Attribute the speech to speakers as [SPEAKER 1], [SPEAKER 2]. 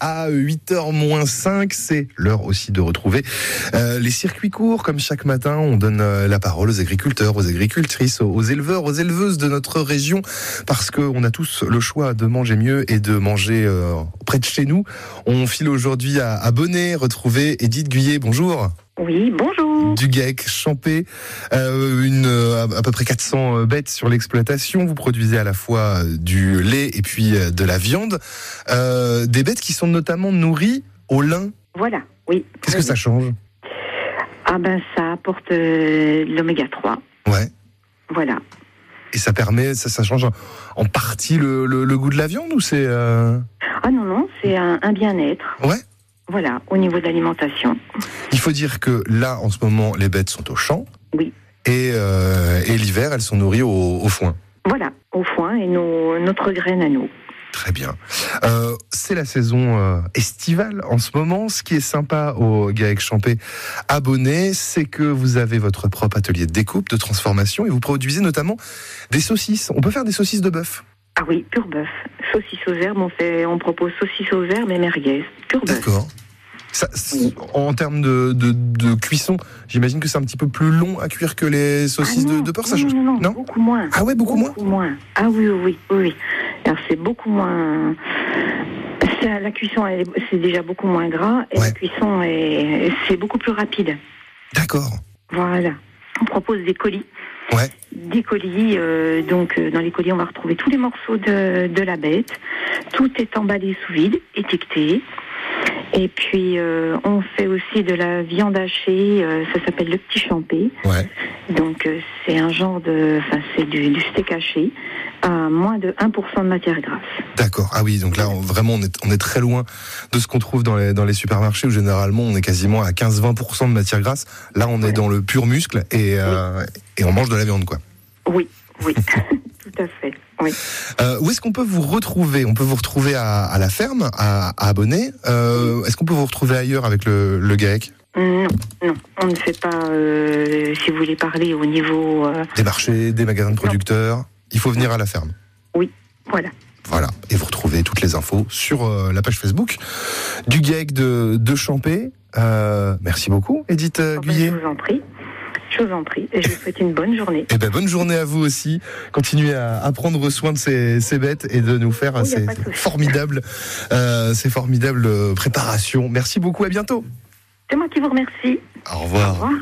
[SPEAKER 1] à 8h moins 5. C'est l'heure aussi de retrouver euh, les circuits courts. Comme chaque matin, on donne euh, la parole aux agriculteurs, aux agricultrices, aux, aux éleveurs, aux éleveuses de notre région parce qu'on a tous le choix de manger mieux et de manger euh, près de chez nous. On file aujourd'hui à, à Bonnet retrouver Edith Guyet. Bonjour.
[SPEAKER 2] Oui, bonjour.
[SPEAKER 1] Du GEC, Champé, euh, une, euh, à peu près 400 euh, bêtes sur l'exploitation. Vous produisez à la fois euh, du lait et puis euh, de la viande. Euh, des bêtes qui sont notamment nourries au lin.
[SPEAKER 2] Voilà, oui.
[SPEAKER 1] Qu'est-ce que ça change
[SPEAKER 2] Ah ben ça apporte euh, l'oméga 3.
[SPEAKER 1] Ouais.
[SPEAKER 2] Voilà.
[SPEAKER 1] Et ça permet, ça, ça change en- en partie le, le- le goût de la viande ou c'est... euh,
[SPEAKER 2] Ah non, non, c'est un, un bien-être.
[SPEAKER 1] Ouais.
[SPEAKER 2] Voilà, au niveau de l'alimentation.
[SPEAKER 1] Il faut dire que là, en ce moment, les bêtes sont au champ.
[SPEAKER 2] Oui.
[SPEAKER 1] Et, euh, et l'hiver, elles sont nourries au, au foin.
[SPEAKER 2] Voilà, au foin et nos, notre graine à nous.
[SPEAKER 1] Très bien. Euh, c'est la saison euh, estivale en ce moment. Ce qui est sympa au Gaec Champé abonné, c'est que vous avez votre propre atelier de découpe, de transformation, et vous produisez notamment des saucisses. On peut faire des saucisses de bœuf.
[SPEAKER 2] Ah oui, pur bœuf. Saucisse aux herbes, on, fait, on propose saucisse aux herbes et merguez. Pur bœuf.
[SPEAKER 1] D'accord. Ça, c'est- en termes de, de- de cuisson, j'imagine que c'est un petit peu plus long à cuire que les saucisses
[SPEAKER 2] Ah
[SPEAKER 1] de,
[SPEAKER 2] non,
[SPEAKER 1] de porc. Ça
[SPEAKER 2] non,
[SPEAKER 1] change-
[SPEAKER 2] non, non,
[SPEAKER 1] non
[SPEAKER 2] beaucoup moins.
[SPEAKER 1] Ah ouais, beaucoup moins.
[SPEAKER 2] Ah oui, oui, oui, oui, oui. Alors c'est beaucoup moins. ça, la cuisson, elle est- c'est déjà beaucoup moins gras et
[SPEAKER 1] Ouais.
[SPEAKER 2] la cuisson, est- c'est beaucoup plus rapide.
[SPEAKER 1] D'accord.
[SPEAKER 2] Voilà. On propose des colis.
[SPEAKER 1] Ouais.
[SPEAKER 2] Des colis. euh, donc euh, dans les colis, on va retrouver tous les morceaux de, de la bête. Tout est emballé sous vide, étiqueté. Et puis euh, on fait aussi de la viande hachée. euh, ça s'appelle le petit champé.
[SPEAKER 1] Ouais.
[SPEAKER 2] Donc euh, c'est un genre de, enfin c'est du, du steak haché à moins de 1% de matière grasse.
[SPEAKER 1] D'accord. Ah oui, donc là, on- vraiment, on est, on est très loin de ce qu'on trouve dans les, dans les supermarchés où généralement on est quasiment à 15-20% de matière grasse. Là, on est
[SPEAKER 2] Ouais.
[SPEAKER 1] dans le pur muscle et, euh, et on mange de la viande, quoi.
[SPEAKER 2] Oui, oui, tout à fait. Oui.
[SPEAKER 1] Euh, où est-ce qu'on peut vous retrouver On peut vous retrouver à, à la ferme, à, à Abonné. Euh, est-ce qu'on peut vous retrouver ailleurs avec le, le GAEC
[SPEAKER 2] Non, non, on ne fait pas. euh, si vous voulez parler au niveau, euh,
[SPEAKER 1] Des marchés, des magasins de producteurs Il faut venir à la ferme.
[SPEAKER 2] voilà.
[SPEAKER 1] Voilà. Et vous retrouvez toutes les infos sur euh, la page Facebook du GAEC de, de Champé. Euh, merci beaucoup, Edith euh,
[SPEAKER 2] Ah ben,
[SPEAKER 1] Guyet.
[SPEAKER 2] je vous en prie. Je vous en prie. Et je vous souhaite une bonne journée.
[SPEAKER 1] Eh ben, bonne journée à vous aussi. Continuez à, à prendre soin de ces, ces bêtes et de nous faire
[SPEAKER 2] Oui, y a
[SPEAKER 1] ces,
[SPEAKER 2] pas de
[SPEAKER 1] ces
[SPEAKER 2] souci.
[SPEAKER 1] formidables, euh, ces formidables préparations. Merci beaucoup. À bientôt.
[SPEAKER 2] C'est moi qui vous remercie.
[SPEAKER 1] Au revoir.
[SPEAKER 2] Au revoir.